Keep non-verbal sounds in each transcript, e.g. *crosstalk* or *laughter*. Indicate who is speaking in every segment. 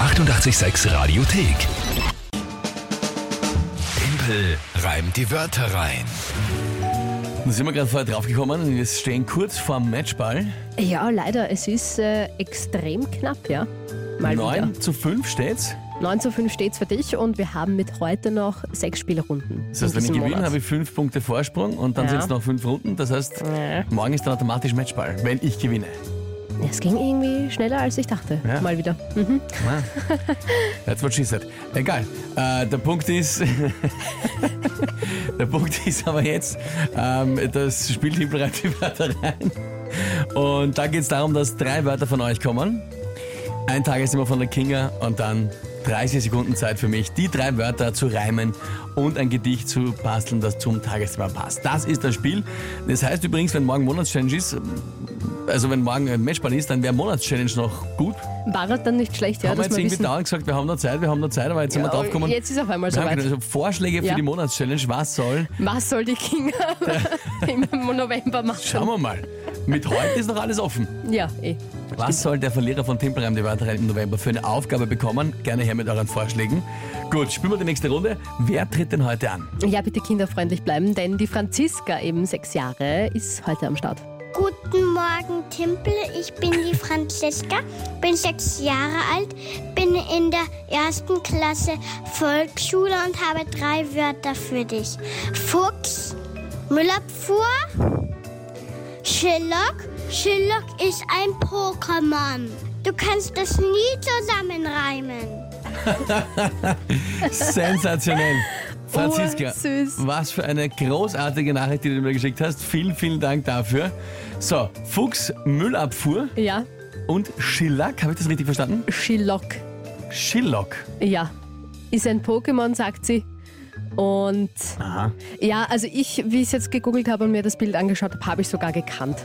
Speaker 1: 886 Radiothek. Tempel reimt die Wörter rein.
Speaker 2: Da sind wir gerade vorher draufgekommen. Wir stehen kurz vorm Matchball.
Speaker 3: Ja, leider, es ist äh, extrem knapp, ja. Mal wieder.
Speaker 2: 9 zu 5 steht's.
Speaker 3: 9 zu 5 steht's für dich und wir haben mit heute noch sechs Spielrunden.
Speaker 2: Das heißt, wenn ich gewinne, habe ich 5 Punkte Vorsprung und dann
Speaker 3: Ja.
Speaker 2: sind es noch 5 Runden. Das heißt,
Speaker 3: Ja.
Speaker 2: morgen ist dann automatisch Matchball, wenn ich gewinne.
Speaker 3: Es ging irgendwie schneller, als ich dachte.
Speaker 2: Ja.
Speaker 3: Mal wieder. Hm,
Speaker 2: Ah. That's what she said. Egal. Äh, der Punkt ist. *laughs* der Punkt ist aber jetzt, ähm, das Spielteam reibt die Wörter rein. Und da geht es darum, dass drei Wörter von euch kommen. Ein Tagesthema von der Kinga und dann 30 Sekunden Zeit für mich, die drei Wörter zu reimen und ein Gedicht zu basteln, das zum Tagesthema passt. Das ist das Spiel. Das heißt übrigens, wenn morgen Monatschallenge ist, also wenn morgen ein Matchball ist, dann wäre Monatschallenge noch gut,
Speaker 3: War das dann nicht schlecht, ja,
Speaker 2: haben wir
Speaker 3: dass
Speaker 2: jetzt
Speaker 3: wir
Speaker 2: irgendwie
Speaker 3: wissen.
Speaker 2: dauernd gesagt, wir haben noch Zeit, wir haben noch Zeit, aber jetzt sind wir
Speaker 3: Ja,
Speaker 2: draufgekommen.
Speaker 3: jetzt ist auf einmal
Speaker 2: wir haben
Speaker 3: soweit.
Speaker 2: gedacht, also Vorschläge für
Speaker 3: Ja.
Speaker 2: die Monatschallenge, was soll?
Speaker 3: Was soll
Speaker 2: *laughs*
Speaker 3: die Kinga im November machen?
Speaker 2: Schauen wir mal. Mit heute ist noch alles offen.
Speaker 3: Ja, eh.
Speaker 2: Was soll der Verlierer von Tempelreim die Wörter rein im November für eine Aufgabe bekommen? Gerne her mit euren Vorschlägen. Gut, spielen wir die nächste Runde. Wer tritt denn heute an?
Speaker 3: *laughs* Ja, bitte kinderfreundlich bleiben, denn die Franziska, eben sechs Jahre, ist heute am Start.
Speaker 4: Guten Morgen, Timpel. Ich bin die Franziska, bin sechs Jahre alt, bin in der ersten Klasse Volksschule und habe drei Wörter für dich. Fuchs, Müllabfuhr, Sherlock. Sherlock ist ein Pokémon. Du kannst das nie zusammenreimen.
Speaker 2: Sensationell.
Speaker 3: Oh,
Speaker 2: Franziska,
Speaker 3: Ursüß.
Speaker 2: was für eine großartige Nachricht, die du mir geschickt hast. Vielen, vielen Dank dafür. So, Fuchs, Müllabfuhr
Speaker 3: Ja,
Speaker 2: und Schillack, habe ich das richtig verstanden?
Speaker 3: Schillock.
Speaker 2: Schillock.
Speaker 3: Ja, ist ein Pokémon, sagt sie. Und
Speaker 2: Aha.
Speaker 3: ja, also ich, wie ich es jetzt gegoogelt habe und mir das Bild angeschaut habe, habe ich sogar gekannt.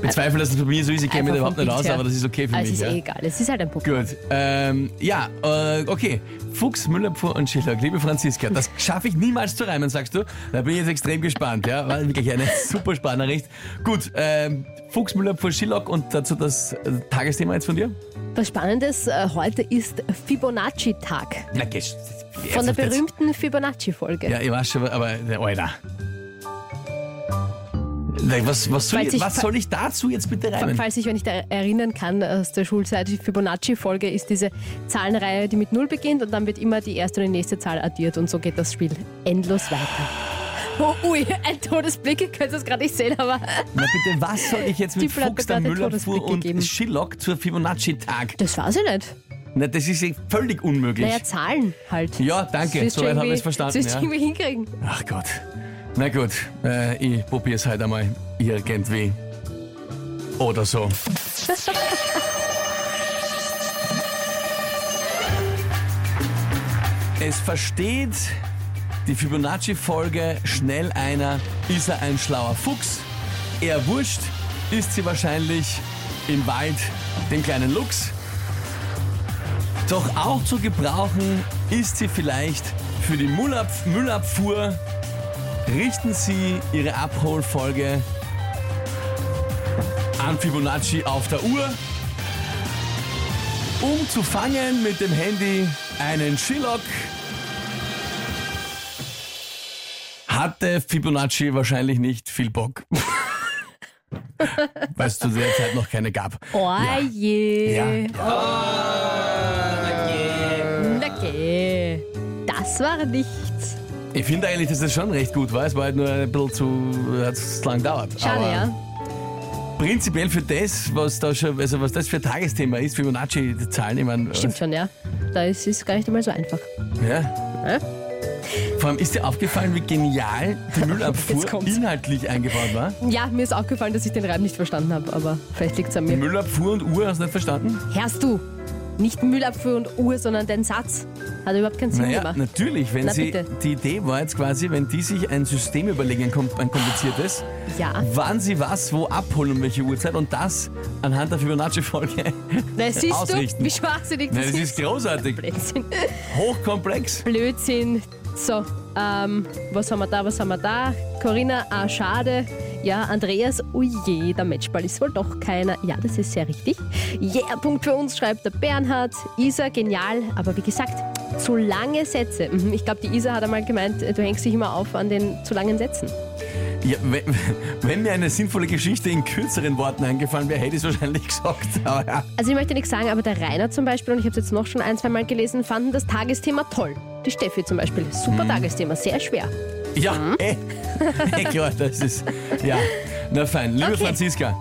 Speaker 2: Bezweifle, dass es bei mir so ist. Ich kenne mich da überhaupt
Speaker 3: Einfach vom
Speaker 2: nicht
Speaker 3: Bild
Speaker 2: aus,
Speaker 3: her.
Speaker 2: aber das ist okay für
Speaker 3: Also
Speaker 2: mich.
Speaker 3: ist
Speaker 2: ja.
Speaker 3: eh egal, es ist halt ein Pokémon.
Speaker 2: Gut. Ähm, ja, äh, okay. Fuchs, Müllabfuhr und Schiller. Liebe Franziska,
Speaker 3: *laughs*
Speaker 2: das schaffe ich niemals zu reimen, sagst du? Da bin ich jetzt extrem gespannt. Ja, war wirklich
Speaker 3: *laughs*
Speaker 2: eine super spannende Nachricht. Gut, ähm, Fuchs, Müllabfuhr, Schillock und dazu das äh, Tagesthema jetzt von dir?
Speaker 3: Was Spannendes äh, heute ist Fibonacci-Tag.
Speaker 2: Na, gehst
Speaker 3: Von der berühmten Fibonacci-Folge.
Speaker 2: Ja, ich weiß schon, aber, Alter. Nein, Was, was, soll
Speaker 3: Falls
Speaker 2: ich,
Speaker 3: ich-
Speaker 2: was soll ich dazu jetzt bitte reimen?
Speaker 3: Falls ich, wenn ich da erinnern kann, aus der Schulzeit, die Fibonacci-Folge ist diese Zahlenreihe, die mit Null beginnt und dann wird immer die erste und die nächste Zahl addiert und so geht das Spiel endlos weiter. Oh, ui, ein Todesblick, ihr könnt das gerade nicht sehen, aber
Speaker 2: Na bitte, was soll ich jetzt
Speaker 3: Die
Speaker 2: mit
Speaker 3: Platte
Speaker 2: Fuchs, der
Speaker 3: hat den
Speaker 2: Müllabfuhr
Speaker 3: Todesblick
Speaker 2: und
Speaker 3: gegeben.
Speaker 2: Schillock zur Fibonacci-Tag?
Speaker 3: das war sie nicht.
Speaker 2: Na, das ist eh völlig unmöglich.
Speaker 3: Naja, Zahlen halt.
Speaker 2: Ja, danke,
Speaker 3: Siehst du
Speaker 2: soweit habe ich
Speaker 3: irgendwie-
Speaker 2: es verstanden.
Speaker 3: siehst du
Speaker 2: Ja.
Speaker 3: irgendwie hinkriegen.
Speaker 2: Ach Gott. Na gut, äh, ich probiere es halt einmal irgendwie. Oder so. *laughs* Es versteht die Fibonacci-Folge schnell einer, ist er ein schlauer Fuchs, er wurscht, ist sie wahrscheinlich im Wald den kleinen Luchs. Doch auch zu gebrauchen ist sie vielleicht für die Müllabf Müllabfuhr. Richten Sie Ihre Abholfolge an Fibonacci auf der Uhr, um zu fangen mit dem Handy einen Schillock. Hatte Fibonacci wahrscheinlich nicht viel Bock. *laughs* Weil es zu der Zeit noch keine gab.
Speaker 3: Oh
Speaker 2: Ja,
Speaker 3: je.
Speaker 2: ja.
Speaker 3: Na geh. Das war nichts.
Speaker 2: Ich finde eigentlich, dass das schon recht gut war. Es war halt nur ein bisschen zu, hat zu lang gedauert.
Speaker 3: Schade,
Speaker 2: Aber
Speaker 3: ja.
Speaker 2: Prinzipiell für das, was da schon, also was das für ein Tagesthema ist, Fibonacci-Zahlen, ich meine.
Speaker 3: Stimmt schon, ja. Da ist es gar nicht einmal so einfach.
Speaker 2: äh, Ja.
Speaker 3: Hä?
Speaker 2: Vor allem ist dir aufgefallen, wie genial
Speaker 3: *laughs*
Speaker 2: die
Speaker 3: Jetzt
Speaker 2: Müllabfuhr
Speaker 3: kommt's.
Speaker 2: inhaltlich eingebaut war.
Speaker 3: Ja, mir ist aufgefallen, dass ich den Reim nicht verstanden habe, aber vielleicht liegt es an mir.
Speaker 2: Müllabfuhr und Uhr, hast du nicht verstanden?
Speaker 3: Hörst du? Nicht Müllabfuhr und Uhr, sondern den Satz. Hat überhaupt keinen Sinn
Speaker 2: Naja,
Speaker 3: gemacht.
Speaker 2: natürlich, wenn
Speaker 3: Na
Speaker 2: sie,
Speaker 3: bitte.
Speaker 2: die Idee war jetzt quasi, wenn die sich ein System überlegen, ein kom- ein kompliziertes,
Speaker 3: Ja,
Speaker 2: wann sie was, wo abholen, um welche Uhrzeit und das anhand der Fibonacci-Folge.
Speaker 3: na, siehst
Speaker 2: ausrichten.
Speaker 3: du, wie schwachsinnig
Speaker 2: Nein, *laughs*
Speaker 3: das,
Speaker 2: das ist großartig,
Speaker 3: Blödsinn.
Speaker 2: hochkomplex.
Speaker 3: Blödsinn. So, ähm, was haben wir da, was haben wir da? Corinna, ah, schade. Ja, Andreas, oje, der Matchball ist wohl doch keiner. Ja, das ist sehr richtig. Yeah, Punkt für uns, schreibt der Bernhard. Isa, genial, aber wie gesagt, zu lange Sätze. Mhm, Ich glaube, die Isa hat einmal gemeint, äh, du hängst dich immer auf an den zu langen Sätzen.
Speaker 2: Ja, wenn, wenn mir eine sinnvolle Geschichte in kürzeren Worten eingefallen wäre, hätte ich es wahrscheinlich *laughs* gesagt. Aber ja.
Speaker 3: Also ich möchte nichts sagen, aber der Rainer zum Beispiel, und ich habe es jetzt noch schon ein, zwei Mal gelesen, fanden das Tagesthema toll. Die Steffi zum Beispiel,
Speaker 2: Mhm.
Speaker 3: super Tagesthema, sehr schwer.
Speaker 2: Ja,
Speaker 3: Mhm.
Speaker 2: eh. *laughs* eh klar, das ist. Ja, na fein. Liebe
Speaker 3: Okay.
Speaker 2: Franziska,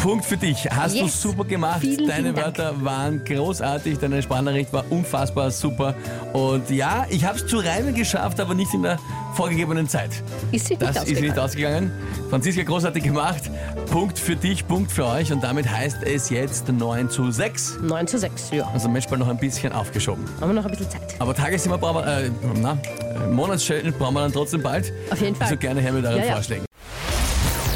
Speaker 2: Punkt für dich. Hast du
Speaker 3: Yes.
Speaker 2: super gemacht.
Speaker 3: Vielen,
Speaker 2: Deine
Speaker 3: vielen Dank.
Speaker 2: Wörter waren großartig. Deine Sprachnachricht war unfassbar super. Und ja, ich habe es zu reimen geschafft, aber nicht in der vorgegebenen Zeit.
Speaker 3: Ist sie
Speaker 2: Das ist
Speaker 3: nicht
Speaker 2: nicht
Speaker 3: ausgegangen.
Speaker 2: ausgegangen. Franziska, großartig gemacht. Punkt für dich, Punkt für euch. Und damit heißt es jetzt 9 zu 6.
Speaker 3: 9 zu 6, ja.
Speaker 2: Also Matchball noch ein bisschen aufgeschoben.
Speaker 3: Haben wir noch ein bisschen Zeit.
Speaker 2: Aber Tagesthema brauchen wir, äh, na, Monatschallenge brauchen wir dann trotzdem bald.
Speaker 3: Auf jeden Fall.
Speaker 2: Also gerne her mit euren
Speaker 3: Ja, ja.
Speaker 2: Vorschlägen.